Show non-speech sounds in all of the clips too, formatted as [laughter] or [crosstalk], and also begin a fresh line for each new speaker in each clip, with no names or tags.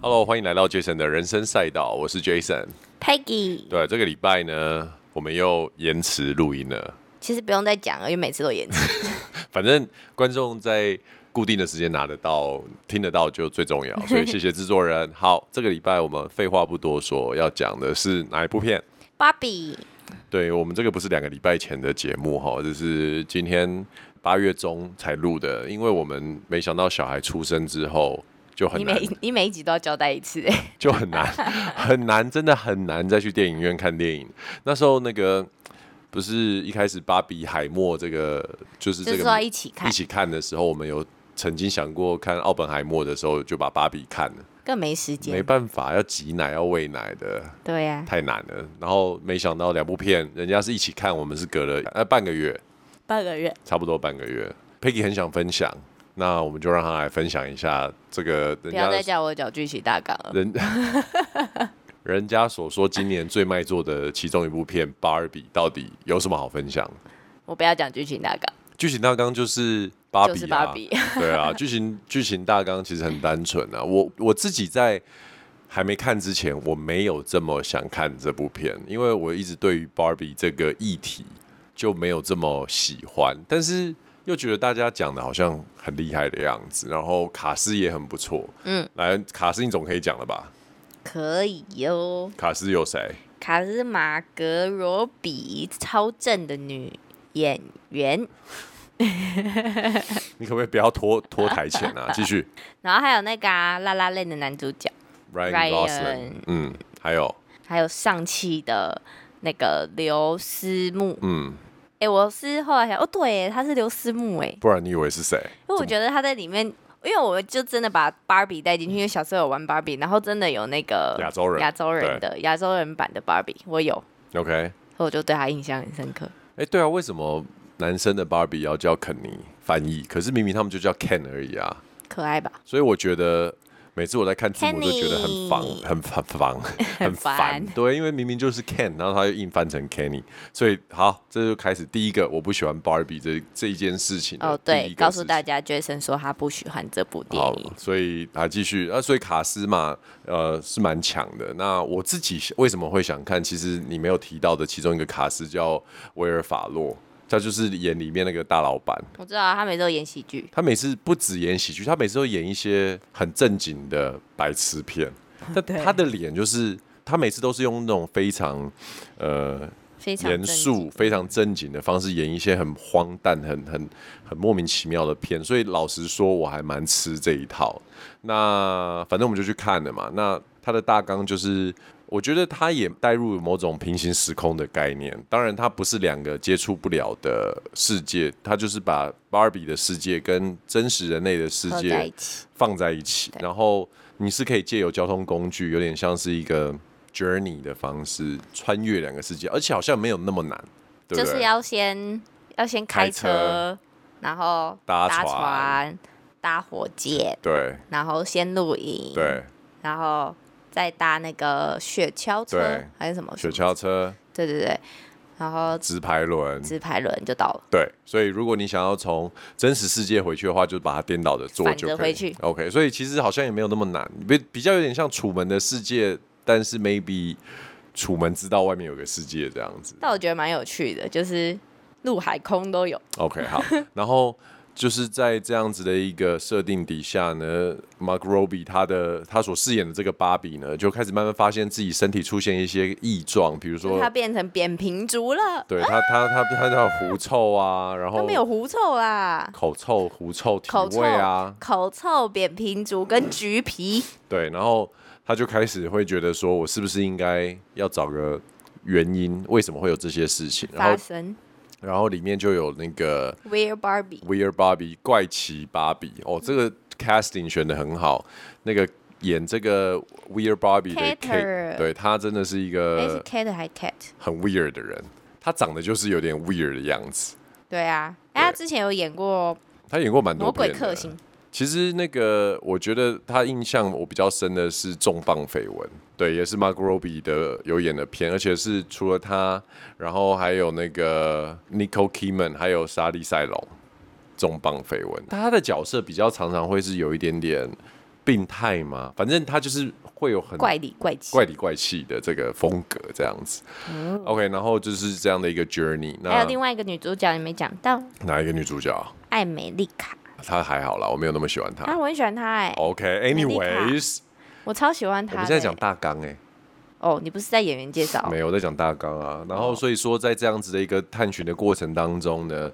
Hello，欢迎来到 Jason 的人生赛道，我是 Jason。
Peggy，
对，这个礼拜呢，我们又延迟录音了。
其实不用再讲了，因为每次都延
[laughs]
迟。
反正观众在固定的时间拿得到、听得到就最重要，所以谢谢制作人。好，这个礼拜我们废话不多说，要讲的是哪一部片？
芭比，
对我们这个不是两个礼拜前的节目哈，这是今天八月中才录的，因为我们没想到小孩出生之后就很
你
难
每你每一集都要交代
[laughs]
一次， [laughs] 哎
就很难，很难，真的很难再去电影院看电影。那时候那个不是一开始芭比海默这个就是
就
这
是
个
说要一起看
一，起看的时候，我们有曾经想过看奥本海默的时候，就把芭比看了，
更没时
没
间。
办法，要挤奶要喂奶的，
对啊呀、
太难了。然后没想到两部片人家是一起看，我们是隔了呃半个月，
半个月。
差不多半个月。Peggy 很想分享，那我们就让他来分享一下这个人
不要再
家
叫我讲剧情大纲了。
人 [laughs] 人家所说今年最卖座的其中一部片《芭比》到底有什么好分享？
我不要讲剧情大纲，
剧情大纲就是芭比、啊，
就是芭比
[laughs] 对啊，剧情剧情大纲其实很单纯啊。我我自己在还没看之前，我没有这么想看这部片，因为我一直对于芭比这个议题就没有这么喜欢，但是又觉得大家讲的好像很厉害的样子，然后卡斯也很不错。嗯，来，卡斯你总可以讲了吧？
可以哟、
卡斯有谁？
卡斯马格罗比，超正的女演员。
你可不可以不要拖拖台前
[laughs]
啊？继续
然后还有那个啊，拉拉链的男主角，
，Ryan
Ryan
Gosling，嗯，还有，
还有上汽的那个刘思慕。
嗯，
哎、我是后来想，哦，对耶，他是刘思慕，哎，
不然你以为是谁？
因为我觉得他在里面，因为我就真的把芭比带进去，因为小时候有玩芭比，然后真的有那个
亚洲人
亚洲人的亚洲人版的芭比，我有，
OK，哎、
所以我就对他印象很深刻。
对啊，为什么男生的 Barbie 要叫肯尼翻译？可是明明他们就叫 Ken 而已啊，
可爱吧？
所以我觉得。每次我在看字幕都
Kenny
觉得很烦，很
[laughs]
烦，烦，很烦
烦。
对，因为明明就是 Ken，然后他又硬翻成 Kenny，所以好，这就开始第一个我不喜欢 Barbie 这这一件事情的
哦，
第
对
一，个
告
事
诉
情
大家，Jason 说他不喜欢这部电
好
影，，
所以啊，继续啊，所以卡斯嘛，呃，是蛮强的。那我自己为什么会想看？其实你没有提到的其中一个卡斯叫维尔法洛，他就是演里面那个大老板。
我知道啊他每次都演喜剧，
他每次不止演喜剧，他每次都演一些很正经的白痴片，但他的脸就是他每次都是用那种非常呃
非常
严
正
肃、
经
非常正经的方式演一些很荒诞、很很很莫名其妙的片，所以老实说，我还蛮吃这一套。那反正我们就去看了嘛。那它的大纲就是，我觉得它也带入某种平行时空的概念。当然，它不是两个接触不了的世界，它就是把芭比的世界跟真实人类的世
合
界
在一起。
放在一起，然后你是可以借由交通工具，有点像是一个 journey 的方式穿越两个世界，而且好像没有那么难，对不对？
就是要先要先
开
开
车
然后
搭
搭
船
船、搭火箭，
对
然后先露营，
对，
然后再搭那个雪橇车
对
还是什么
雪橇车、
对对对，然后
直排轮，
直排轮就到了。
对，所以如果你想要从真实世界回去的话，就把它颠倒着做
反
就
着
可以。
回去
OK，所以其实好像也没有那么难，比比较有点像《楚门的世界》，但是 maybe 楚门知道外面有个世界这样子。
但我觉得蛮有趣的，就是陆海空都有。
OK，好， [laughs] 然后就是在这样子的一个设定底下呢，Mark Robbie 他的他所饰演的这个芭比呢，就开始慢慢发现自己身体出现一些异状，比如说，
他变成扁平足了，
对他他他他叫狐臭啊，然
他
后
没有狐臭啦，
口臭、狐臭、哦体
口臭
味啊，
口臭、扁平足跟橘皮，
对，然后他就开始会觉得说，我是不是应该要找个原因，为什么会有这些事情？然
发
后
生
然后里面就有那个
Weird Barbie。
Weird Barbie 怪奇芭比哦，这个 casting 选的很好，那个演这个 Weird Barbie 的 Kate，
Cater
对他真的是一
哎，是
个
cat 还 cat？
很 weird 的人，他长得就是有点 weird 的样子。
对啊，哎，他之前有演过《
他演过蛮多
魔
片
鬼
的。
克星》，
其实那个，我觉得他印象我比较深的是《重磅绯闻》，对，也是 Mark Robbie 的有演的片，而且是除了他，然后还有那个 Nicole Kidman，还有莎莉塞隆，《重磅绯闻》。他的角色比较常常会是有一点点病态吗？反正他就是会有很
怪里怪气。
怪里怪气的这个风格这样子。OK，然后就是这样的一个 journey 那。
嗯还有另外一个女主角你没讲到，
哪一个女主角？
艾美丽卡
她还好啦，我没有那么喜欢她。
啊，我很喜欢她哎、
哦
美
OK，anyways，
我超喜欢
我
她的欸。
们现在讲大纲哎、
哦，你不是在演员介绍哦？
没有我在讲大纲啊。然后所以说，在这样子的一个探寻的过程当中呢，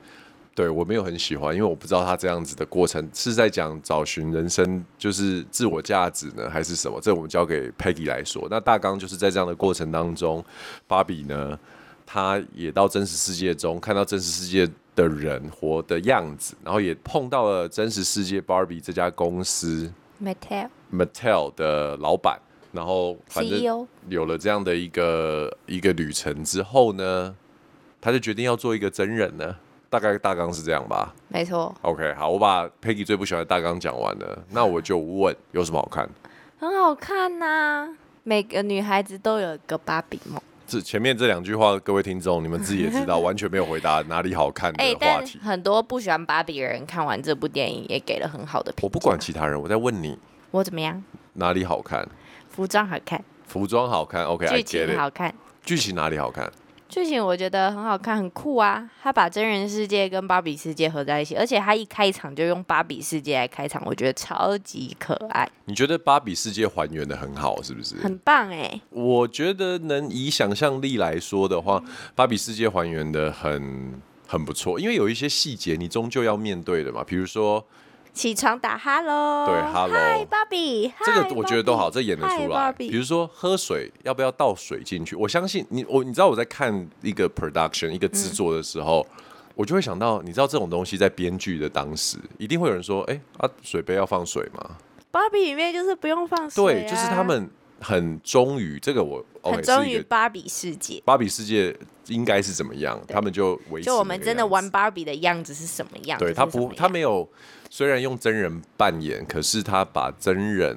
对我没有很喜欢，因为我不知道他这样子的过程是在讲找寻人生就是自我价值呢，还是什么？这我们交给 Peggy 来说。那大纲就是在这样的过程当中，芭比呢，她也到真实世界中看到真实世界。的人活的样子，然后也碰到了真实世界 Barbie 这家公司，
Mattel
Mattel 的老板，然后反正
CEO
有了这样的一个一个旅程之后呢，他就决定要做一个真人呢。大概大纲是这样吧。
没错，
OK，好，我把 Peggy 最不喜欢的大纲讲完了，那我就问有什么好看？
很好看呐、每个女孩子都有一个芭比梦。
这前面这两句话，各位听众你们自己也
[laughs]
知道，完全没有回答哪里好看
哎、
的话
但
题。
很多不喜欢芭比的人看完这部电影也给了很好的评价。
我不管，其他人，我在问你
我怎么样？
哪里好看？
服装好看，
服装好看，OK，I、
剧
get
情
it。
好看，
剧情哪里好看？
剧情我觉得很好看，很酷啊！他把真人世界跟芭比世界合在一起，而且他一开场就用芭比世界来开场，我觉得超级可爱，
你觉得芭比世界还原的很好，是不是？
很棒哎、
我觉得能以想象力来说的话，芭比世界还原的很很不错，因为有一些细节你终究要面对的嘛，比如说
起床打哈喽，
对哈喽
嗨芭比，
这
嗨
个我觉得都好，
芭比
这演得
嗨
出
芭
来。
比
比如说喝水要不要倒水进去，我相信你，我你知道我在看一个 production 一个制作的时候。
嗯
我就会想到，你知道这种东西在编剧的当时，一定会有人说：“哎、啊，水杯要放水吗？”
芭比里面就是不用放水、啊，
对，就是他们很忠于这个我，
很
OK，
忠
是一
于
个
芭比世界。
芭比世界应该是怎么样，他们就维持
就我们
那个
真的
样子
玩芭比的样子是什么样？
对
就是
他
什
不，
么样
他没有，虽然用真人扮演，可是他把真人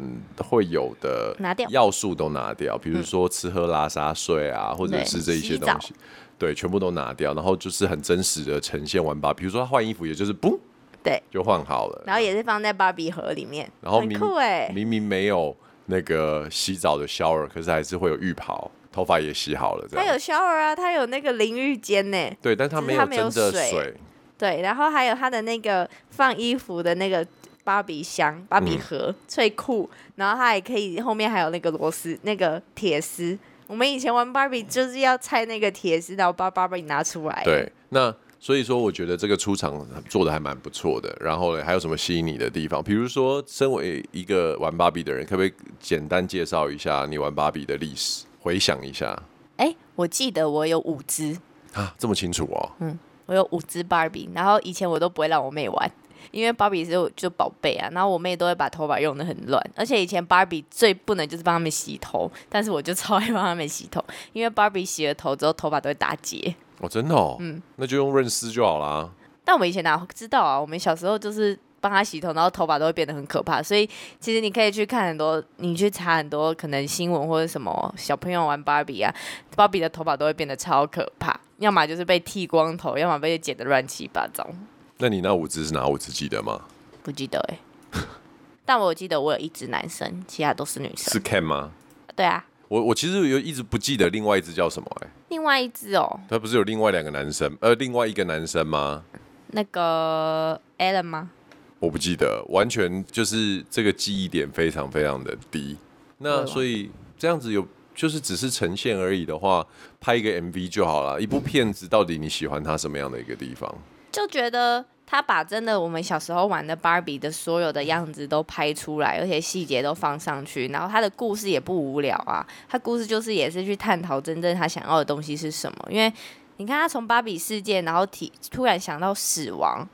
会有的
拿掉嗯
要素都拿掉，比如说吃喝拉撒睡啊，或者
对
是这一些
洗
东
澡
西，对，全部都拿掉，然后就是很真实的呈现完吧。比如说他换衣服，也就是嘣
对，
就换好了，
然后也是放在芭比盒里面，
然后
很
明
酷哎，
明明没有那个洗澡的 shower，可是还是会有浴袍，头发也洗好了，这
它有
样
shower 啊，它有那个淋浴间呢，
对，但他
只是
没
他
有
没有
真的
水对，然后还有它的那个放衣服的那个芭比
嗯
箱、芭比盒，最酷，然后它还可以后面还有那个螺丝、那个铁丝。我们以前玩芭比就是要拆那个铁丝，然后把芭比拿出来。，
对，那所以说，我觉得这个出场做的还蛮不错的。然后呢，还有什么吸引你的地方？比如说，身为一个玩芭比的人，可不可以简单介绍一下你玩芭比的历史？回想一下
哎，我记得我有五只，
啊，这么清楚哦。
我有五只芭比，然后以前我都不会让我妹玩，因为芭比是我就宝贝啊，然后我妹都会把头发用的很乱，而且以前芭比最不能就是帮他们洗头，但是我就超爱帮他们洗头， [laughs] 因为芭比洗了头之后头发都会打结。
哦，真的哦，那就用润丝就好啦。
但我以前哪知道啊？我们小时候就是帮他洗头，然后头发都会变得很可怕。所以其实你可以去看很多，你去查很多可能新闻或者什么小朋友玩芭比啊，芭比的头发都会变得超可怕，要么就是被剃光头，要么被剪得乱七八糟。
那你那五只是哪五只记得吗？
不记得哎、 [laughs] 但我记得我有一只男生，其他都是女生
是。Ken 吗？
对啊，
我我其实有一直不记得另外一只叫什么哎、
另外一只哦，
他不是有另外两个男生，呃，另外一个男生吗？
那个 Alan 吗？
我不记得，完全就是这个记忆点非常非常的低。那所以这样子有就是只是呈现而已的话，拍一个 MV 就好了。一部片子到底你喜欢它什么样的一个地方？
就觉得他把真的我们小时候玩的芭比的所有的样子都拍出来，而且细节都放上去，然后他的故事也不无聊啊。他故事就是也是去探讨真正他想要的东西是什么，因为你看他从芭比世界，然后提突然想到死亡，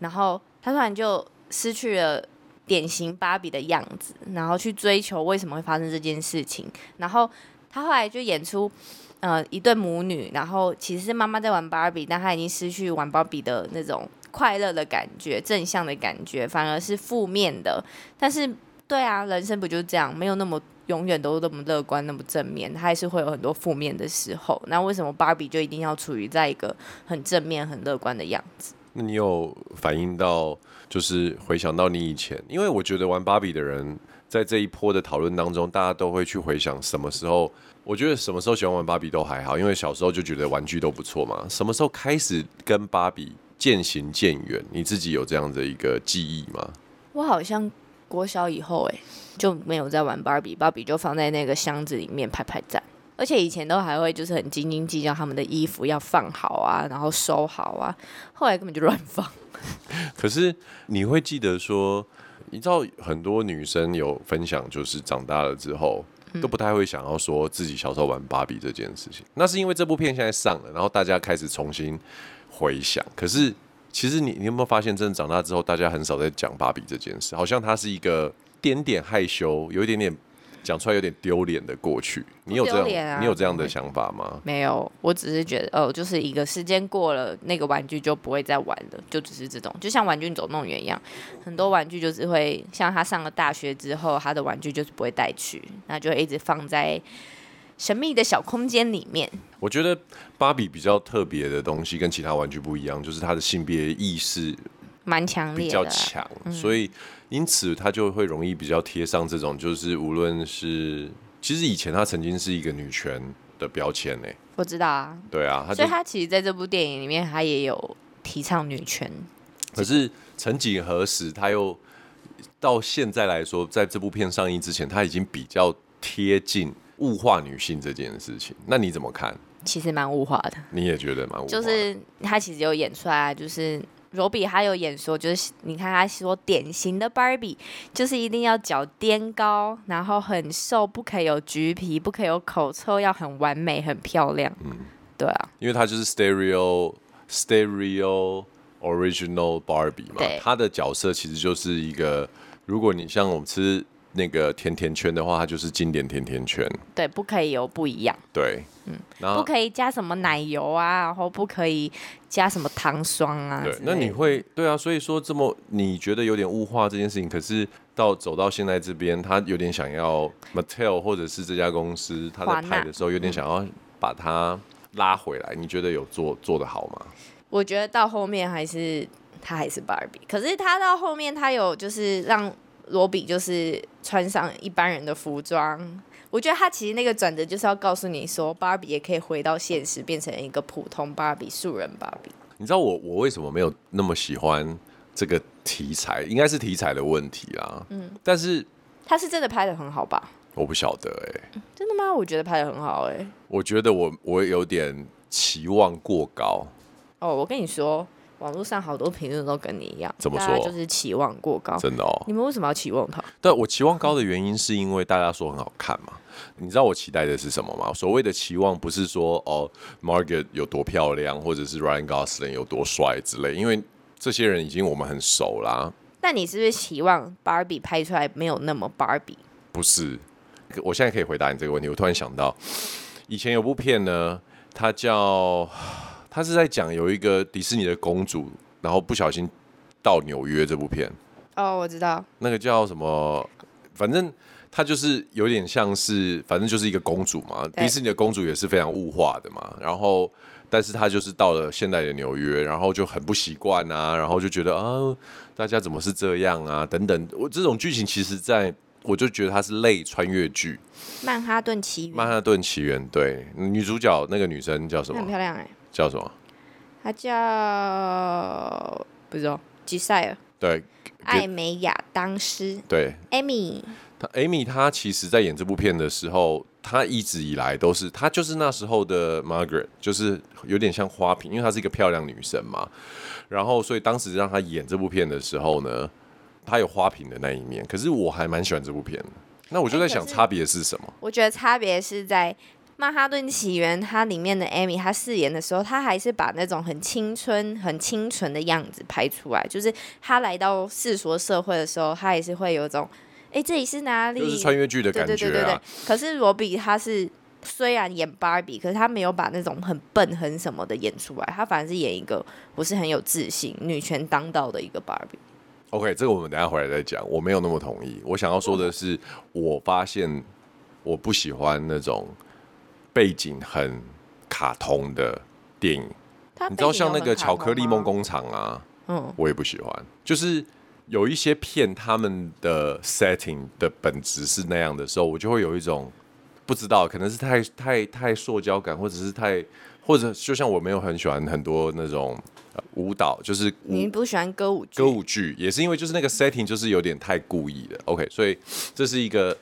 然后他突然就失去了。典型芭比的样子，然后去追求为什么会发生这件事情，然后他后来就演出呃一对母女，然后其实是妈妈在玩芭比，但她已经失去玩芭比的那种快乐的感觉、正向的感觉，反而是负面的。但是，对啊，人生不就是这样，没有那么永远都那么乐观、那么正面，它还是会有很多负面的时候。那为什么芭比就一定要处于在一个很正面、很乐观的样子？
那你有反映到，就是回想到你以前，因为我觉得玩芭比的人在这一波的讨论当中，大家都会去回想什么时候，我觉得什么时候喜欢玩芭比都还好，因为小时候就觉得玩具都不错嘛。什么时候开始跟芭比渐行渐远？你自己有这样的一个记忆吗？
我好像国小以后哎、就没有在玩芭比，芭比就放在那个箱子里面拍拍站。而且以前都还会就是很斤斤计较他们的衣服要放好啊，然后收好啊，后来根本就乱放。
可是你会记得说，你知道很多女生有分享，就是长大了之后。都不太会想要说自己小时候玩芭比这件事情，那是因为这部片现在上了，然后大家开始重新回想。可是其实你你有没有发现，真的长大之后，大家很少在讲芭比这件事，好像它是一个点点害羞，有一点点讲出来有点丢脸的过去。你有这
丢脸
样、
啊
你有这样的想法吗？
没有，我只是觉得哦，就是一个时间过了，那个玩具就不会再玩了，就只是这种，就像玩具总动员一样，很多玩具就是会像他上了大学之后，他的玩具就是不会带去，那就会一直放在神秘的小空间里面。
我觉得芭比比较特别的东西跟其他玩具不一样，就是它的性别意识
蛮强烈
比
的
较
啦，
强，
嗯
所以因此她就会容易比较贴上这种，就是无论是其实以前她曾经是一个女权的标签呢、
我知道啊。
对啊，她
所
就
以他其实在这部电影里面，他也有提倡女权。
可是曾几何时，她又到现在来说，在这部片上映之前，她已经比较贴近物化女性这件事情，那你怎么看？
其实蛮物化的，
你也觉得蛮物化的？
就是他其实有演出来啊，就是罗比他有演说，就是你看他说典型的芭比就是一定要脚踮高，然后很瘦，不可以有橘皮，不可以有口臭，要很完美、很漂亮。嗯，对啊，
因为它就是 stereo stereo original Barbie 嘛
对，
它的角色其实就是一个，如果你像我们吃那个甜甜圈的话，它就是经典甜甜圈，
对，不可以有不一样，
对，嗯，然
不
后
可以加什么奶油啊，然后不可以加什么糖霜啊之类
对
的。，
那你会对啊，所以说这么你觉得有点物化这件事情，可是到走到现在这边，他有点想要 Mattel 或者是这家公司他
华
在
纳
拍的时候，有点想要把它拉回来，你觉得有做做得好吗？
我觉得到后面还是他还是芭比，可是他到后面他有就是让罗比就是穿上一般人的服装。我觉得他其实那个转折就是要告诉你说，芭比也可以回到现实，变成一个普通芭比、素人芭比。
你知道我我为什么没有那么喜欢这个题材？应该是题材的问题啦。嗯，但是
他是真的拍的很好吧？
我不晓得哎、
真的吗？我觉得拍的很好哎、
我觉得我我有点期望过高。
哦，我跟你说，网络上好多评论都跟你一样，
怎么
大家
说
就是期望过高。
真的哦
你，们为什么要期望他？
但我期望高的原因是因为大家说很好看嘛。你知道我期待的是什么吗？所谓的期望不是说哦，Margaret 有多漂亮，或者是 Ryan Gosling 有多帅之类，因为这些人已经我们很熟啦。
那你是不是期望芭比拍出来没有那么芭比？
不是，我现在可以回答你这个问题。我突然想到，以前有部片呢，它叫，它是在讲有一个迪士尼的公主，然后不小心到纽约这部片，
哦，我知道，
那个叫什么？反正它就是有点像是，反正就是一个公主嘛。
对
迪士尼的公主也是非常物化的嘛。然后，但是她就是到了现代的纽约，然后就很不习惯啊，然后就觉得啊，大家怎么是这样啊？等等，我这种剧情其实在我就觉得它是类穿越剧，
曼哈顿奇
《
缘
曼哈顿奇缘》对，女主角那个女生叫什
她很
么？
漂亮哎、
叫什么？
她叫不知道吉赛尔
对
艾美亚当斯
对，
Amy，
她 Amy 她其实，在演这部片的时候，她一直以来都是她就是那时候的 Margaret，就是有点像花瓶，因为她是一个漂亮女生嘛。然后，所以当时让她演这部片的时候呢，她有花瓶的那一面。可是我还蛮喜欢这部片的。那我就在
哎可
想，
是
差别是什么？
我觉得差别是在。曼哈顿起源，它里面的 Amy，她饰演的时候，她还是把那种很青春、很清纯的样子拍出来。就是她来到世俗社会的时候，她也是会有一种，哎、这里是哪里？
就是穿越剧的
对
感觉
对
啊。
对对对。可是罗比他是虽然演芭比，可是他没有把那种很笨很什么的演出来，他反而是演一个不是很有自信、女权当道的一个芭比。
OK，这个我们等一下回来再讲。我没有那么同意。我想要说的是，我发现我不喜欢那种背景很卡通的电影。
他它
你知道
背景
像
有
那
很
个
卡
巧
通
克力梦
吗，
工厂啊，
嗯，
我也不喜欢，就是。有一些片他们的 setting 的本质是那样的时候，我就会有一种不知道，可能是太太太塑胶感，或者是太，或者就像我没有很喜欢很多那种、呃舞蹈，就是舞
你不喜欢歌舞剧？
歌舞剧也是因为就是那个 setting 就是有点太故意了，OK，所以这是一个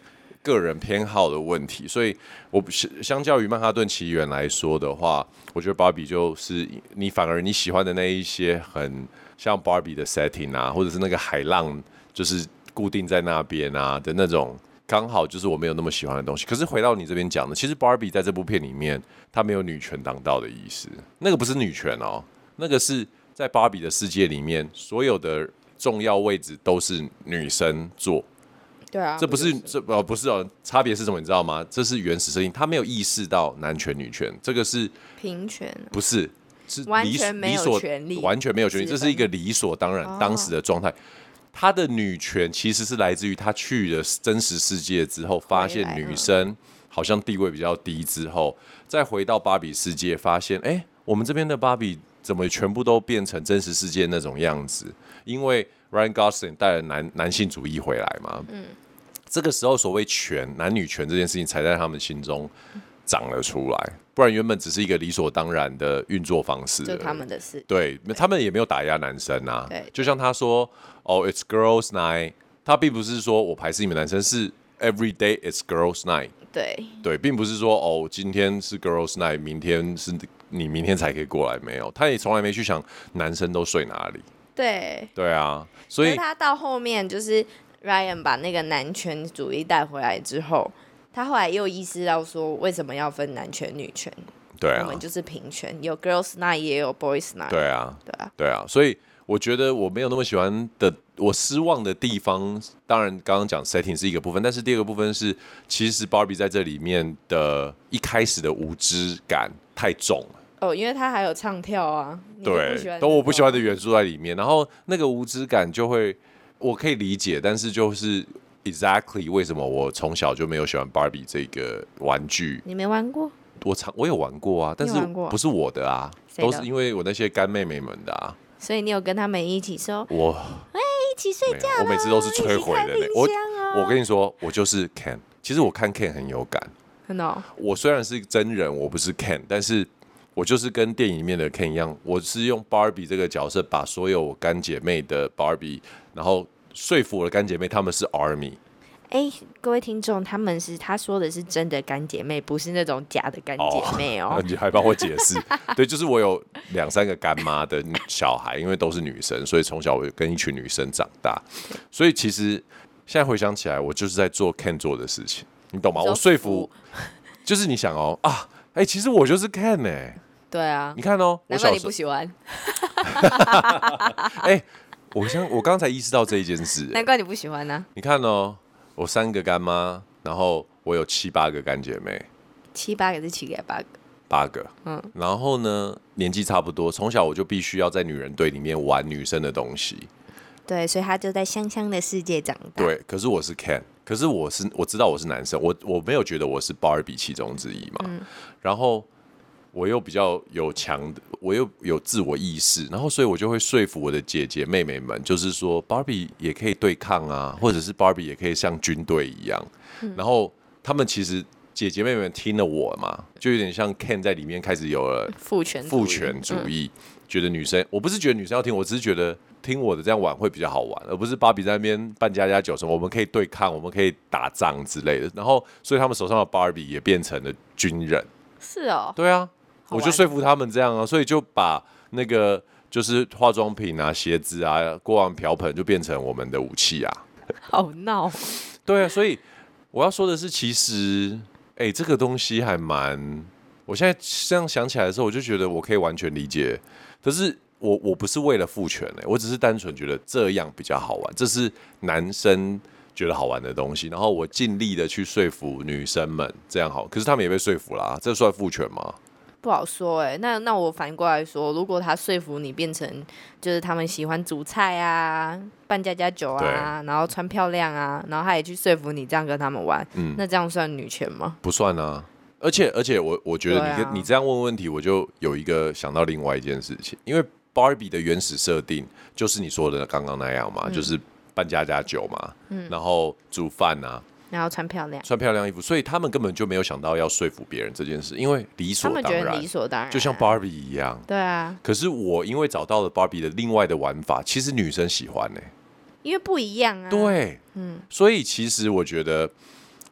个人偏好的问题，所以我不是相较于曼哈顿奇缘来说的话，我觉得芭比就是你反而你喜欢的那一些很像芭比的 setting 啊，或者是那个海浪就是固定在那边啊的那种。刚好就是我没有那么喜欢的东西，可是回到你这边讲的，其实 Barbie 在这部片里面，她没有女权当道的意思，那个不是女权哦，那个是在芭比的世界里面，所有的重要位置都是女生坐，
对啊，
这不
就是
这呃不是哦，差别是什么你知道吗？这是原始设定，他没有意识到男权女权，这个是
平权啊，
不是是
完
理
全没
理
有
所
权利
完全没有权利，
是哦
这是一个理所当然、当时的状态。她的女权其实是来自于她去了真实世界之后，发现
回来
女
嗯
生好像地位比较低之后，再回到芭比世界，发现哎、诶我们这边的芭比怎么全部都变成真实世界那种样子？因为 Ryan Gosling 带了男男性主义回来嘛，嗯，这个时候所谓权男女权这件事情才在他们心中长了出来，不然原本只是一个理所当然的运作方式而
就
已。
他们的事。
对，他们也没有打压男生啊。
对
就像他说，哦，it's girls night，他并不是说我排斥你们男生，是 every day it's girls night。
对，
对，并不是说哦，今天是 girls night，明天是你明天才可以过来，没有，他也从来没去想男生都睡哪里。
对，
对啊，所
所
以
他到后面就是 Ryan 把那个男权主义带回来之后，他后来又意识到说为什么要分男权女权，
对
我
啊
们，就是平权，有 girls night 也有 boys night，
对啊，
对啊，
对啊，所以我觉得我没有那么喜欢的，我失望的地方，当然刚刚讲 setting 是一个部分，但是第二个部分是，其实 Barbie 在这里面的一开始的无知感太重了。
哦，因为他还有唱跳啊，你就不喜
对，
欢
都我不喜欢的
这
元素在里面，然后那个无知感就会，我可以理解，但是就是 exactly 为什么我从小就没有喜欢 Barbie 这个玩具
种，你没玩过，
我常我有玩过啊，但是
你有玩过
不是我的啊，
谁
都
的
是因为我那些干妹妹们的啊，
所以你有跟他们一起说
我
一起睡
没
觉
啊有我每次都是摧毁的
一起开
嘞
冰。
我
箱啊
我跟你说，我就是 Ken。其实我看 Ken 很有感。
真的哦
我虽然是真人，我不是 Ken，但是我就是跟电影里面的 Ken 一样，我是用 Barbie 这个角色把所有我干姐妹的 Barbie，然后说服我的干姐妹她们是 Army。
哎，各位听众，他们是他说的是真的干姐妹，不是那种假的干姐妹哦。
[laughs] 你还帮我解
[laughs]
释？对，就是我有两三个干妈的小孩，因为都是女生，所以从小我就跟一群女生长大，所以其实现在回想起来，我就是在做 Ken 做的事情，你懂吗？
你说
我说服，
服
[laughs] 就是你想哦啊，哎、其实我就是 Ken 哎、
对啊
你，看哦，我
难怪
小
你
时
不
候
喜欢，
哎、我刚我刚才意识到这一件
[laughs]
事、哎
难怪你不喜欢啊呢、
你看哦，我三个干妈，然后我有七八个干姐妹，
七八个是七个，八个。
八个，
嗯
然后呢，年纪差不多，从小我就必须要在女人队里面玩女生的东西。
对，所以他就在香香的世界长大。，
对，可是我是 Ken，可是我是我知道我是男生，我我没有觉得我是 Barbie 其中之一嘛。然后我又比较有强的，我又有自我意识，然后所以我就会说服我的姐姐妹妹们，就是说 Barbie 也可以对抗啊，或者是 Barbie 也可以像军队一样。然后他们其实姐姐妹妹们听了我嘛，就有点像 Ken 在里面开始有了。
父权主义
父权主
嗯
义，觉得女生，我不是觉得女生要听，我只是觉得听我的这样玩会比较好玩，而不是芭比在那边扮家家酒什么，我们可以对抗，我们可以打仗之类的。然后，所以他们手上的芭比也变成了军人。
是哦，
对啊，我
好玩
就说服他们这样啊，所以就把那个就是化妆品啊、鞋子啊、锅碗瓢盆就变成我们的武器啊。
好闹哦。
对啊，所以我要说的是，其实，哎、这个东西还蛮……我现在这样想起来的时候，我就觉得我可以完全理解。可是我我不是为了父权、欸，我只是单纯觉得这样比较好玩，这是男生觉得好玩的东西。然后我尽力的去说服女生们这样好，可是他们也被说服啦，这算父权吗？
不好说哎、那那我反过来说，如果他说服你变成就是他们喜欢煮菜啊、办家家酒啊，然后穿
嗯
漂亮啊，然后他也去说服你这样跟他们玩，那这样算女权吗？
不算啊。而且而且我我觉得你
对
跟、
啊
你这样问问题，我就有一个想到另外一件事情，因为 Barbie 的原始设定就是你说的刚刚那样
嗯
嘛，就是扮家家酒嘛，然后煮饭啊，
然后穿漂亮，
穿漂亮衣服，所以他们根本就没有想到要说服别人这件事，因为理
他
所
们
当
觉得
然
理，所当然，啊
就像 Barbie 一样。
对啊，
可是我因为找到了 Barbie 的另外的玩法，其实女生喜欢欸呢、
因为不一样啊，，
对，嗯，所以其实我觉得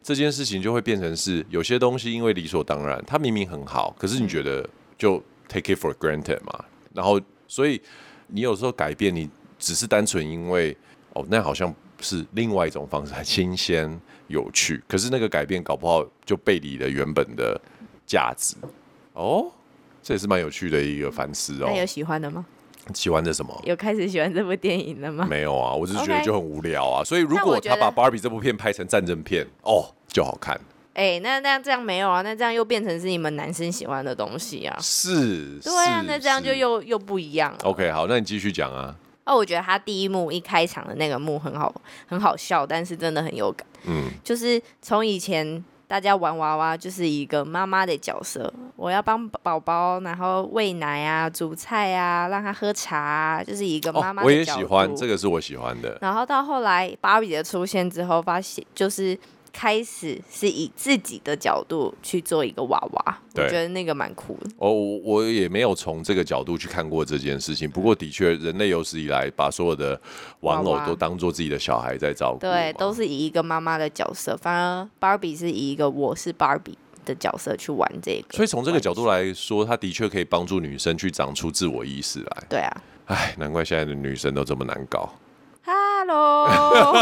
这件事情就会变成是有些东西因为理所当然，它明明很好，可是你觉
嗯
得就 take it for granted 嘛，然后所以你有时候改变，你只是单纯因为哦，那好像是另外一种方式，很新鲜有趣，可是那个改变搞不好就背离了原本的价值哦。这也是蛮有趣的一个反思哦
那。有喜欢的吗？
喜欢的什么？
有开始喜欢这部电影了吗？
[laughs] 没有啊，我只是觉得
OK
就很无聊啊。所以如
那
果
我觉
他把
得
Barbie 这部片拍成战争片，哦，就好看。
哎、那那这样没有啊，那这样又变成是你们男生喜欢的东西啊。
是，
对啊，
是
那这样就是又又不一样了。
OK。好，那你继续讲啊。
哦，我觉得他第一幕一开场的那个幕很好，很好笑，但是真的很有感。
嗯，
就是从以前大家玩娃娃就是一个妈妈的角色，我要帮宝宝，然后喂奶啊、煮菜啊、让他喝茶、啊，就是一个妈
哦
妈、，
我也喜欢这
个。
个，是我喜欢的。
然后到后来芭比的出现之后，发现就是开始是以自己的角度去做一个娃娃，我
对
觉得那个蛮酷的。
哦，我我也没有从这个角度去看过这件事情。不过，的确，人类有史以来把所有的玩偶
娃娃
都当做自己的小孩在照顾嘛。
对，都是以一个妈妈的角色，反而芭比是以一个我是芭比的角色去玩这个。
所以从这个角度来说，它的确可以帮助女生去长出自我意识来。[laughs]
对啊
唉，难怪现在的女生都这么难搞。
，Hello，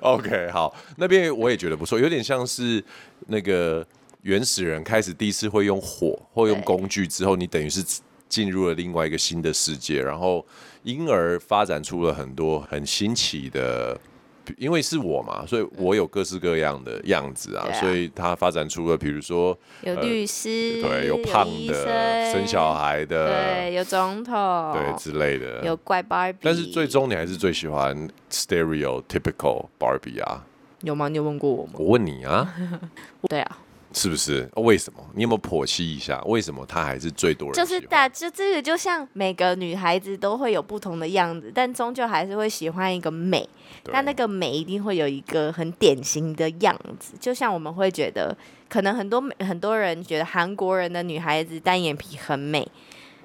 OK，好，那边我也觉得不错，有点像是那个原始人开始第一次会用火或用
对
工具之后，你等于是进入了另外一个新的世界，然后因而发展出了很多很新奇的。因为是我嘛，所以我有各式各样的样子啊，
对啊
所以它发展出了，比如说，
[laughs] 有律师，
呃对，有胖
嗯医
的、
生
生小，孩的
对，，有总统，
对之类的，
有怪芭比，
但是最终你还是最喜欢 stereotypical Barbie 啊？
有吗？你有问过我吗？
我问你啊，
对啊，
是不是？为什么？你有没有剖析一下，为什么他还是最多人喜
就
欢？
是大，就这个就像每个女孩子都会有不同的样子，但终究还是会喜欢一个美。
对
但那个美一定会有一个很典型的样子，就像我们会觉得，可能很多美很多人觉得韩国人的女孩子单眼皮很美，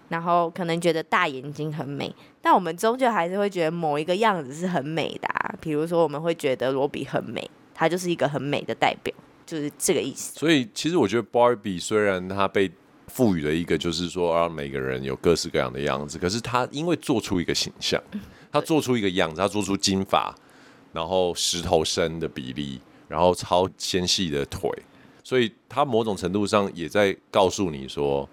然后可能觉得大眼睛很美，但我们终究还是会觉得某一个样子是很美的、啊，比如说我们会觉得罗比很美，她就是一个很美的代表，就是这个意思。
所以其实我觉得 Barbie 虽然它被赋予了一个就是说让每个人有各式各样的样子，可是它因为做出一个形象，
嗯
它做出一个样子，它做出金发，然后石头身的比例，然后超纤细的腿，所以它某种程度上也在告诉你说，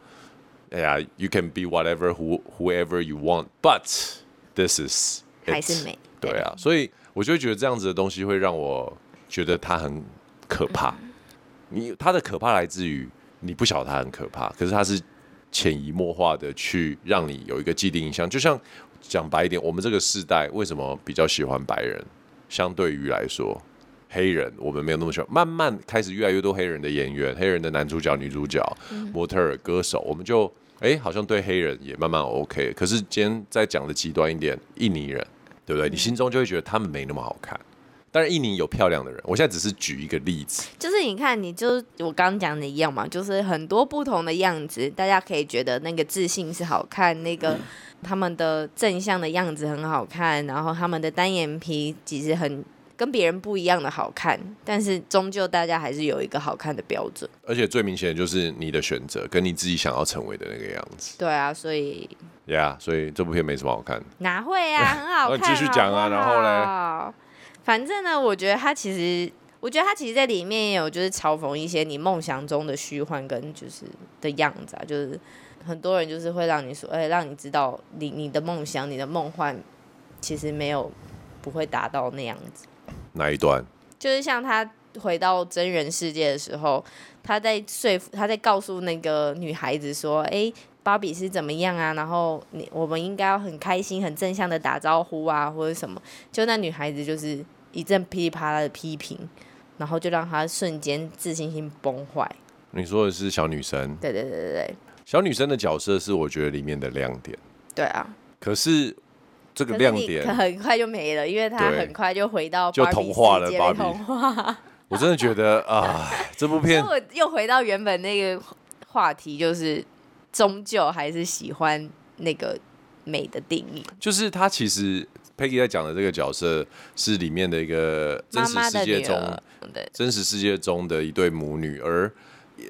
哎呀，you can be whatever who whoever you want，but this is it
还是美
对啊，所以我就会觉得这样子的东西会让我觉得它很可怕。你它的可怕来自于你不晓得它很可怕，可是它是潜移默化的去让你有一个既定印象。就像讲白一点，我们这个世代为什么比较喜欢白人？相对于来说，黑人我们没有那么喜欢。慢慢开始越来越多黑人的演员、黑人的男主角、女主角、模特儿、歌手，我们就哎、好像对黑人也慢慢 OK。可是今天再讲的极端一点，印尼人，对不对？你心中就会觉得他们没那么好看。当然，印尼有漂亮的人，我现在只是举一个例子。
就是你看，你就是我刚刚讲的一样嘛，就是很多不同的样子，大家可以觉得那个自信是好看，那个他们的正向的样子很好看，然后他们的单眼皮其实很跟别人不一样的好看，但是终究大家还是有一个好看的标准。
而且最明显的就是你的选择跟你自己想要成为的那个样子
对啊，所以
呀。Yeah，所以这部片没什么好看。
哪
[laughs]
会啊，很好
那你
看。
继续讲啊然后
嘞，反正呢，我觉得他其实，我觉得他其实在里面也有就是嘲讽一些你梦想中的虚幻跟就是的样子啊，就是很多人就是会让你说，哎、让你知道你你的梦想、你的梦幻其实没有不会达到那样子。
哪一段？
就是像他回到真人世界的时候，他在说服，他在告诉那个女孩子说：“诶，芭比是怎么样啊？然后你我们应该要很开心、很正向的打招呼啊，或者什么。”就那女孩子就是一阵噼里啪啦的批评，然后就让他瞬间自信心崩坏。
你说的是小女生，
对对对对对
小女生的角色是我觉得里面的亮点，
对啊！
可是这
可
个
是
亮
你
点，
很快就没了，因为他
对
很快就回到
就
Barbie
同化了
世界被
Barbie
同化。
我真的觉
[laughs]
得啊，这部片
所以我又回到原本那个话题，就是终究还是喜欢那个美的定义。
就是他其实 Peggy 在讲的这个角色是里面的一个真
妈
实
妈的
世界
女
中
儿，对
真实世界中的一对母女，而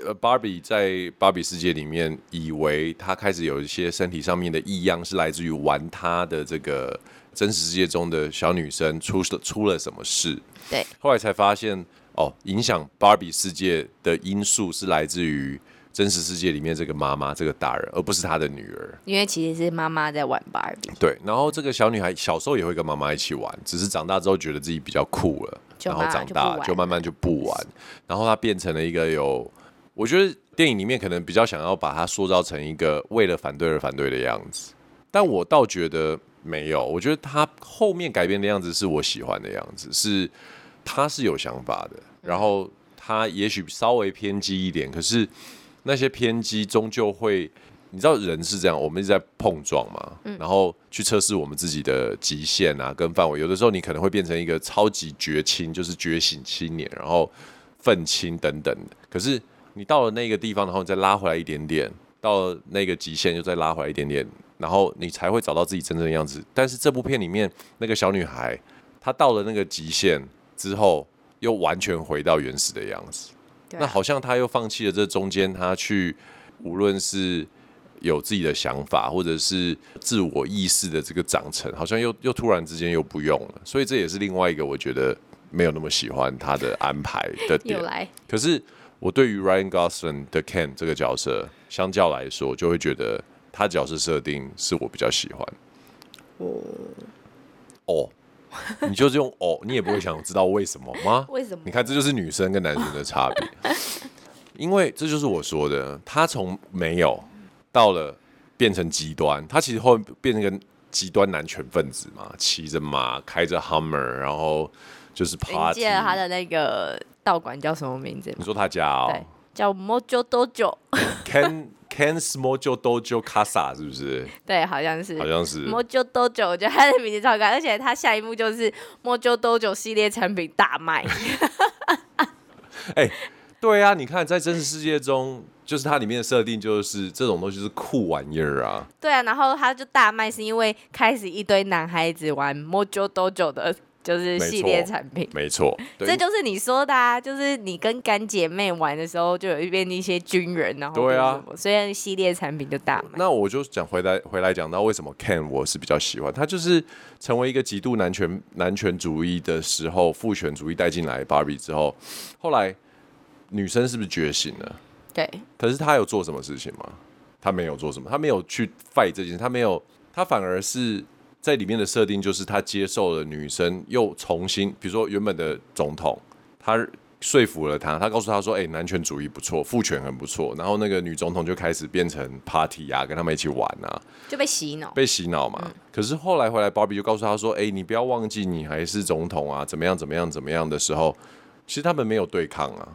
呃 Barbie 在芭比世界里面，以为她开始有一些身体上面的异样，是来自于玩她的这个真实世界中的小女生出了出了什么事。
对，
后来才发现，哦，影响芭比世界的因素是来自于真实世界里面这个妈妈这个大人，而不是她的女儿。
因为其实是妈妈在玩芭比，
对，然后这个小女孩小时候也会跟妈妈一起玩，只是长大之后觉得自己比较酷了，
就
然后
慢慢
长
就不
大
玩
就慢慢就不玩，然后她变成了一个有，我觉得电影里面可能比较想要把她塑造成一个为了反对而反对的样子，但我倒觉得没有，我觉得她后面改变的样子是我喜欢的样子，是她是有想法的，然后她也许稍微偏激一点，可是那些偏激终究会。你知道人是这样，我们一直在碰撞嘛，然后去测试我们自己的极限啊，跟范围。有的时候你可能会变成一个超级绝青，就是觉醒青年，然后愤青等等的。可是你到了那个地方，然后你再拉回来一点点，到了那个极限又再拉回来一点点，然后你才会找到自己真正的样子。但是这部片里面那个小女孩，她到了那个极限之后，又完全回到原始的样子。
对啊
那好像他又放弃了这中间，他去无论是有自己的想法，或者是自我意识的这个长成，好像又又突然之间又不用了，所以这也是另外一个我觉得没有那么喜欢他的安排的点
[laughs] 又。来
可是我对于 Ryan Gosling 的 Ken 这个角色，相较来说，就会觉得他角色设定是我比较喜欢。哦，你就是用哦，你也不会想知道为什么吗？
为什么
你看，这就是女生跟男生的差
[laughs]
别，因为这就是我说的，他从没有到了变成极端，他其实后面变成一个极端男权分子嘛，骑着马，开着 Hummer，然后就是
你
party
记。得他的那个道馆叫什么名字
你
吗？
说他家哦 [laughs]
对，叫 Mojo Dojo， [laughs]
，Ken Ken Smojo Dojo Casa 是不是？
对，好像是
好。像是。
Mojo Dojo，我觉得他的名字超可爱，而且他下一幕就是 Mojo Dojo 系列产品大卖，
哎、对啊，你看在真实世界中，就是它里面的设定就是这种东西是酷玩意儿啊。
对啊，然后他就大卖是因为开始一堆男孩子玩 Mojo Dojo 的，就是系列产品。
没错，对
这就是你说的啊，就是你跟干姐妹玩的时候，就有一边一些军人，然后
对啊
或者什么，所以系列产品就大卖。
那我就讲回来回来讲到为什么 Ken 我是比较喜欢他，就是成为一个极度男权男权主义的时候，父权主义带进来 Barbie 之后，后来女生是不是觉醒了？
对，
可是他有做什么事情吗？他没有做什么，他没有去 fight 这件事，他没有，他反而是在里面的设定就是他接受了女生，又重新，比如说原本的总统，他说服了他，他告诉他说，哎、男权主义不错，父权很不错，然后那个女总统就开始变成 party 啊，跟他们一起玩啊，
就被洗脑。
被洗脑嘛。
嗯
可是后来回来，芭比就告诉他说：“哎、你不要忘记，你还是总统啊，怎么样，怎么样，怎么样的时候，其实他们没有对抗啊，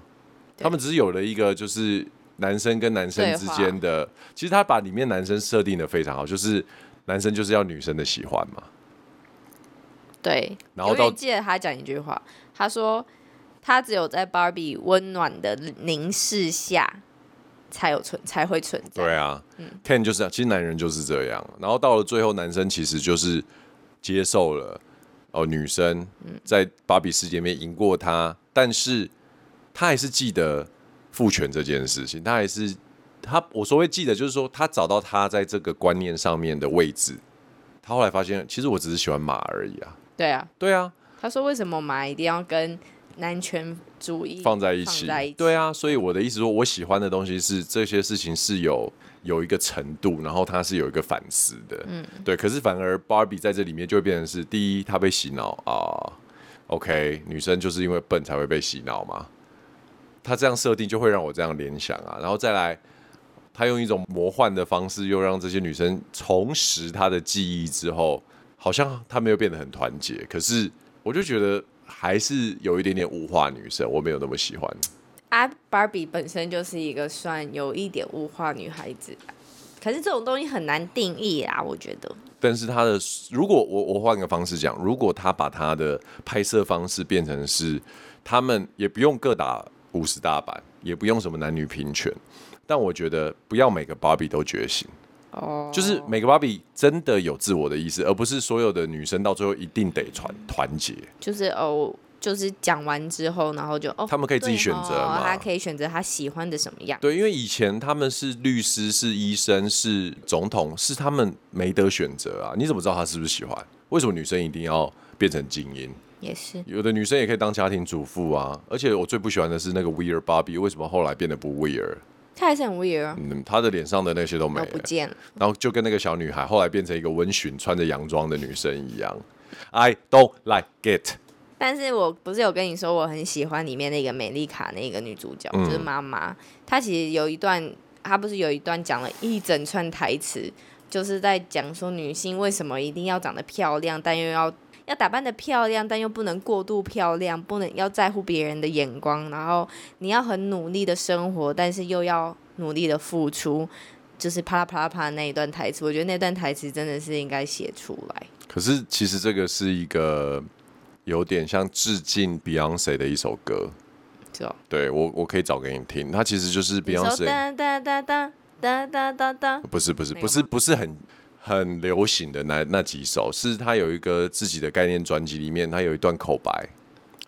他们只是有了一个就是男生跟男生
对
之
话
间的，其实他把里面男生设定的非常好，就是男生就是要女生的喜欢嘛。
对，
然后
我
到
永远记得他讲一句话，他说他只有在芭比温暖的凝视下才有存才会存在。
对啊、k e n 就是这样，其实男人就是这样。然后到了最后，男生其实就是接受了哦、女生在芭比世界里面赢过他，但是他还是记得父权这件事情，他还是他我所谓记得，就是说他找到他在这个观念上面的位置。他后来发现，其实我只是喜欢马而已啊。
对啊，
对啊，
他说为什么马一定要跟男权主义
放在一起，
放在一起
对啊，所以我的意思说，我喜欢的东西是这些事情是有有一个程度，然后它是有一个反思的，嗯，对。可是反而 Barbie 在这里面就会变成是，第一，她被洗脑啊、o k 女生就是因为笨才会被洗脑嘛，她这样设定就会让我这样联想啊，然后再来。她用一种魔幻的方式，又让这些女生重拾她的记忆之后，好像她没有变得很团结，可是我就觉得还是有一点点物化女生，我没有那么喜欢。
啊，芭比本身就是一个算有一点物化女孩子吧，可是这种东西很难定义啊，我觉得。
但是他的，如果我我换个方式讲，如果他把他的拍摄方式变成是，他们也不用各打五十大板，也不用什么男女平权，但我觉得不要每个芭比都觉醒，
哦，
就是每个芭比真的有自我的意思，而不是所有的女生到最后一定得团团结。
就是哦，就是讲完之后，然后就哦，
他们可以自己
对
选择
哦
嘛
他可以选择他喜欢的什么样。
对，因为以前他们是律师、是医生、是总统，是他们没得选择啊。你怎么知道他是不是喜欢？为什么女生一定要变成精英？
也是，
有的女生也可以当家庭主妇啊。而且我最不喜欢的是那个 Weird Bobby，为什么后来变得不 Weird？
他还是很 weird，啊
嗯，她的脸上的那些都没
都
了，
不见了。
然后就跟那个小女孩后来变成一个温驯、穿着洋装的女生一样。I don't like it。
但是我不是有跟你说我很喜欢里面那个美丽卡那个女主角，
嗯
就是妈妈。她其实有一段，她不是有一段讲了一整串台词，就是在讲说女性为什么一定要长得漂亮，但又要要打扮的漂亮，但又不能过度漂亮，不能要在乎别人的眼光，然后你要很努力的生活，但是又要努力的付出。就是啪啦啪啦啪啦那一段台词，我觉得那段台词真的是应该写出来。
可是其实这个是一个有点像致敬 Beyonce 的一首歌。
是哦，
对我，我可以找给你听。它其实就是
你说
Beyonce，
哒哒哒哒哒哒哒哒，
不是不是
那个
不是
吗
不是很很流行的那那几首，是他有一个自己的概念专辑里面，他有一段口白，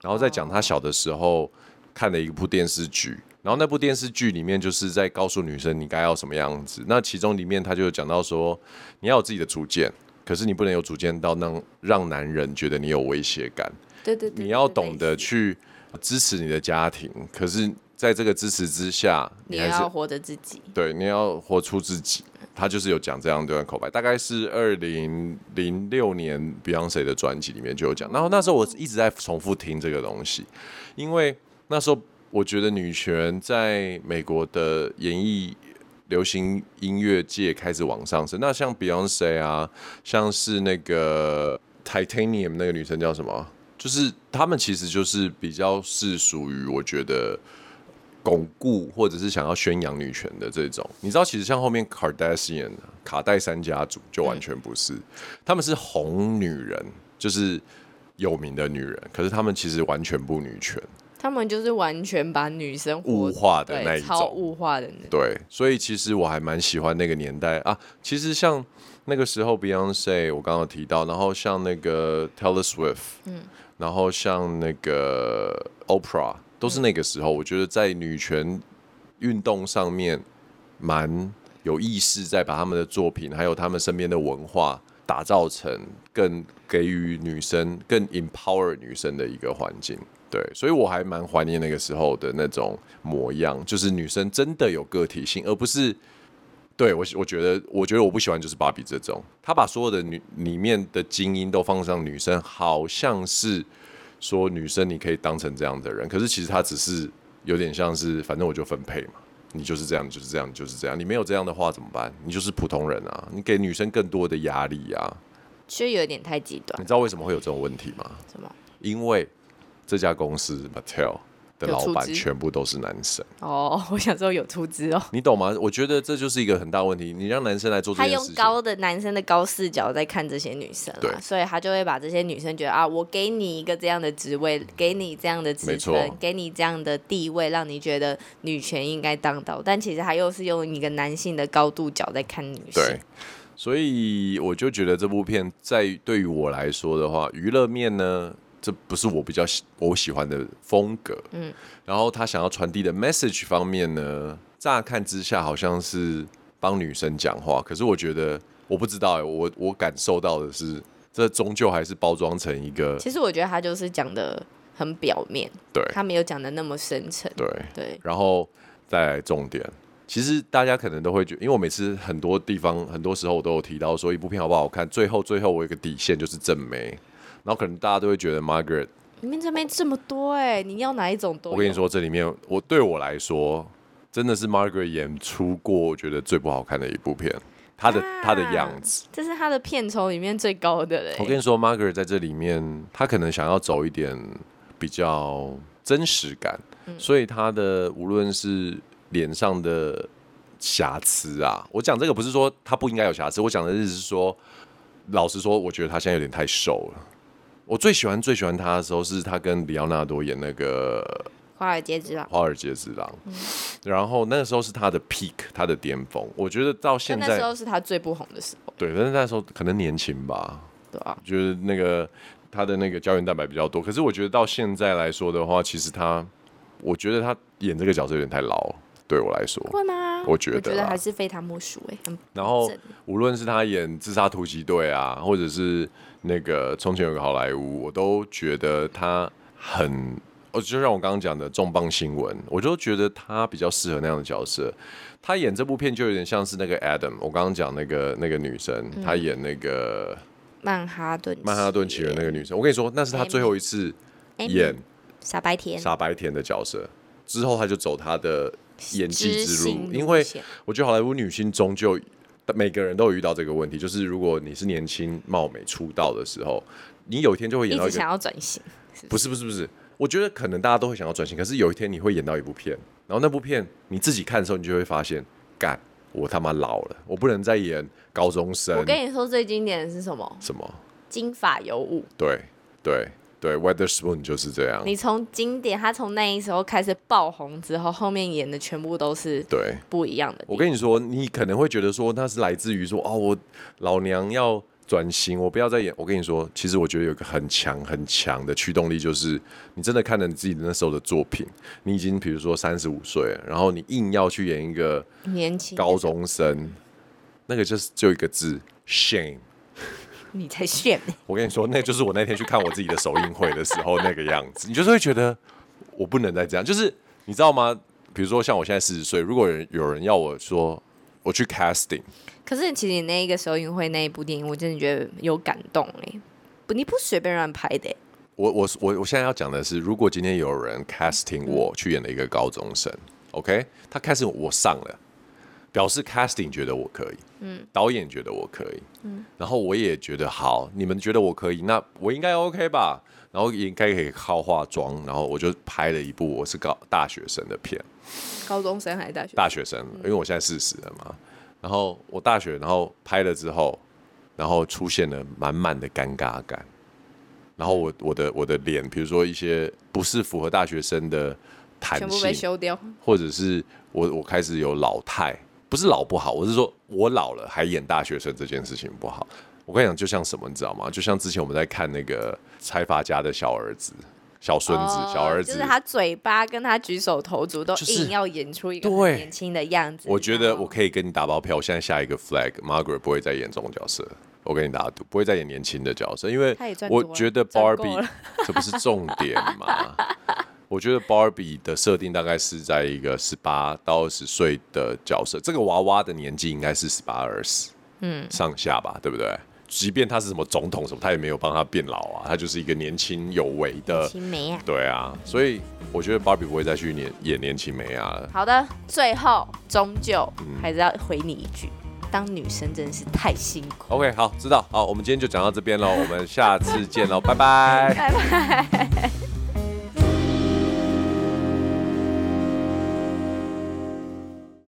然后在
哦
讲他小的时候看的一部电视剧。然后那部电视剧里面就是在告诉女生你该要什么样子。那其中里面他就有讲到说，你要有自己的主见，可是你不能有主见到让让男人觉得你有威胁感。
对对对，
你要
对
懂得，去支持你的家庭，可是在这个支持之下，
对
你
类似
还
你
是
要活着自己。
对你要活出自己。他就是有讲这样一段口白，大概是二零零六年 Beyonce 的专辑里面就有讲。然后那时候我一直在重复听这个东西，因为那时候我觉得女权在美国的演艺。流行音乐界开始往上升，那像 Beyonce 啊，像是那个 Titanium 那个女生叫什么？就是她们其实就是比较是属于我觉得巩固或者是想要宣扬女权的这种。你知道，其实像后面 Kardashian 卡戴珊家族就完全不是，他们是红女人，就是有名的女人，可是他们其实完全不女权，
他们就是完全把女生活
物化的
对
那一
超
种。
物化的那种。
对，所以其实我还蛮喜欢那个年代啊。其实像那个时候 Beyonce，我刚刚有提到，然后像那个 Taylor Swift，嗯，然后像那个 Oprah，都是那个时候，我觉得在女权运动上面蛮有意识，在把他们的作品还有他们身边的文化。打造成更给予女生、更 empower 女生的一个环境，对，所以我还蛮怀念那个时候的那种模样，就是女生真的有个体性，而不是对我我觉得我觉得我不喜欢就是芭比这种，她把所有的女里面的精英都放上女生，好像是说女生你可以当成这样的人，可是其实她只是有点像是反正我就分配嘛，你就是这样，你就是这样，你就是这样，你没有这样的话怎么办？你就是普通人啊，你给女生更多的压力啊，
就有点太极端
你，知道为什么会有这种问题吗？
什么？
因为这家公司 Mattel 的
有
老
出
板
资
全部都是男生，
哦， [laughs] 我想说有出资哦。
你懂吗？我觉得这就是一个很大问题。你让男生来做这
他
件
用
事情，
高的男生的高视角在看这些女生啦，
对
所以他就会把这些女生觉得啊，我给你一个这样的职位，给你这样的职
没
分
错，
给你这样的地位，让你觉得女权应该当道，但其实他又是用一个男性的高度角在看女性。
对，所以我就觉得这部片在对于我来说的话，娱乐面呢，这不是我比较喜我喜欢的风格。嗯，然后他想要传递的 message 方面呢，乍看之下好像是帮女生讲话，可是我觉得我不知道、欸，我我感受到的是，这终究还是包装成一个
其实我觉得他就是讲的很表面，
对
他没有讲的那么深沉。
对。
对，
然后再来重点。其实大家可能都会觉因为我每次很多地方、很多时候我都有提到说一部片好不好看，最后最后我有一个底线就是正美，然后可能大家都会觉得 Margaret，
里面这边这么多哎、你要哪一种都有
我跟你，说这里面我对我来说真的是 Margaret 演出过我觉得最不好看的一部片，她的她的样子。
这是他的片酬里面最高的嘞、
我跟你说，Margaret 在这里面，她可能想要走一点比较真实感，
嗯
所以他的无论是脸上的瑕疵啊，我讲这个不是说他不应该有瑕疵，我讲的意思是说，老实说，我觉得他现在有点太瘦了。我最喜欢最喜欢他的时候是他跟里奥纳多演那个
华尔街之狼
《华尔街之狼》
嗯
然后那个时候是他的 peak，他的巅峰。我觉得到现
但那
在
时候是他最不红的时候，
对，但是那时候可能年轻吧，
对啊，
就是那个他的那个胶原蛋白比较多。可是我觉得到现在来说的话，其实他，我觉得他演这个角色有点太老了，对我来说。
会吗？
我觉得啊
我觉得
啦
还是非他莫属哎、很
然后
正
无论是他演《自杀突击队》啊，或者是那个《从前有个好莱坞》，我都觉得他很，哦，就像我刚刚讲的重磅新闻，我就觉得他比较适合那样的角色。他演这部片就有点像是那个 Adam，我刚刚讲那个那个女生，她演那个
曼哈顿
曼哈顿起源那个女生，我跟你说，那是她最后一次
Amy
演
嗯傻白甜
傻白甜的角色，之后她就走她的演技之
知
路，
心
因为
线
我觉得好莱坞女星终究每个人都有遇到这个问题，就是如果你是年轻貌美出道的时候，你有一天就会演
一
到
直
一个
想要转型，
不是不是不是，我觉得可能大家都会想要转型，可是有一天你会演到一部片，然后那部片你自己看的时候，你就会发现，干，我他妈老了，我不能再演高中
我
生
跟你说最经典的是什么？
什么，
金发尤物。
对对对，Weatherspoon 就是这样，
你从经典，他从那时候开始爆红之后，后面演的全部都是
对。
不一样的地方。
我跟你说，你可能会觉得说那是来自于说哦，我老娘要转型，我不要再演。我跟你说，其实我觉得有一个很强很强的驱动力，就是你真的看了你自己那时候的作品，你已经比如说三十五岁了，然后你硬要去演一个
年轻
高中生，那个就是就一个字 shame。
你才炫呢，
我跟你说，那就是我那天去看我自己的首映会的时候那个样子，你就是会觉得我不能再这样，就是你知道吗？比如说像我现在四十岁，如果有人有人要我说我去 casting。
可是其实你那一个首映会那一部电影，我真的觉得有感动哎，不，你不随便乱拍的欸，
我我我我现在要讲的是，如果今天有人 casting 我去演了一个高中生，OK，他 casting 我我上了，表示 casting 觉得我可以，嗯，导演觉得我可以，嗯，然后我也觉得好，你们觉得我可以，那我应该 OK 吧？然后也应该可以靠化妆，然后我就拍了一部我是高大学生的片，
高中生还是大学？
大学生，
嗯
因为我现在四十了嘛。然后我大学，然后拍了之后，然后出现了满满的尴尬感。然后我我的我的脸，比如说一些不是符合大学生的弹
全部
性，
被修掉，
或者是我我开始有老态，不是老不好，我是说我老了还演大学生这件事情不好。我跟你讲，就像什么，你知道吗？就像之前我们在看那个财阀家的小儿子、小孙子、小儿子，
哦就是他嘴巴跟他举手投足都
就是
硬要演出一个很
对
年轻的样子。
我觉得
然后
我可以跟你打包票，我现在下一个 flag，Margaret 不会再演这种角色。我跟你打赌，不会再演年轻的角色，因为
她也赚
我
多了
觉得
赚够
Barbie
了
这不是重点嘛。我觉得 Barbie 的设定大概是在一个十八到二十岁的角色，这个娃娃的年纪应该是十八二十，嗯，上下吧，对不对？即便他是什么总统什么，他也没有帮他变老啊，他就是一个年轻有为的，
青梅啊。
对啊。所以我觉得 Barbie 不会再去演演年轻美啊了。
好的，最后终究
嗯
还是要回你一句：当女生真的是太辛苦。
OK，好，知道，好，我们今天就讲到这边喽，我们下次见喽，拜拜。
拜拜。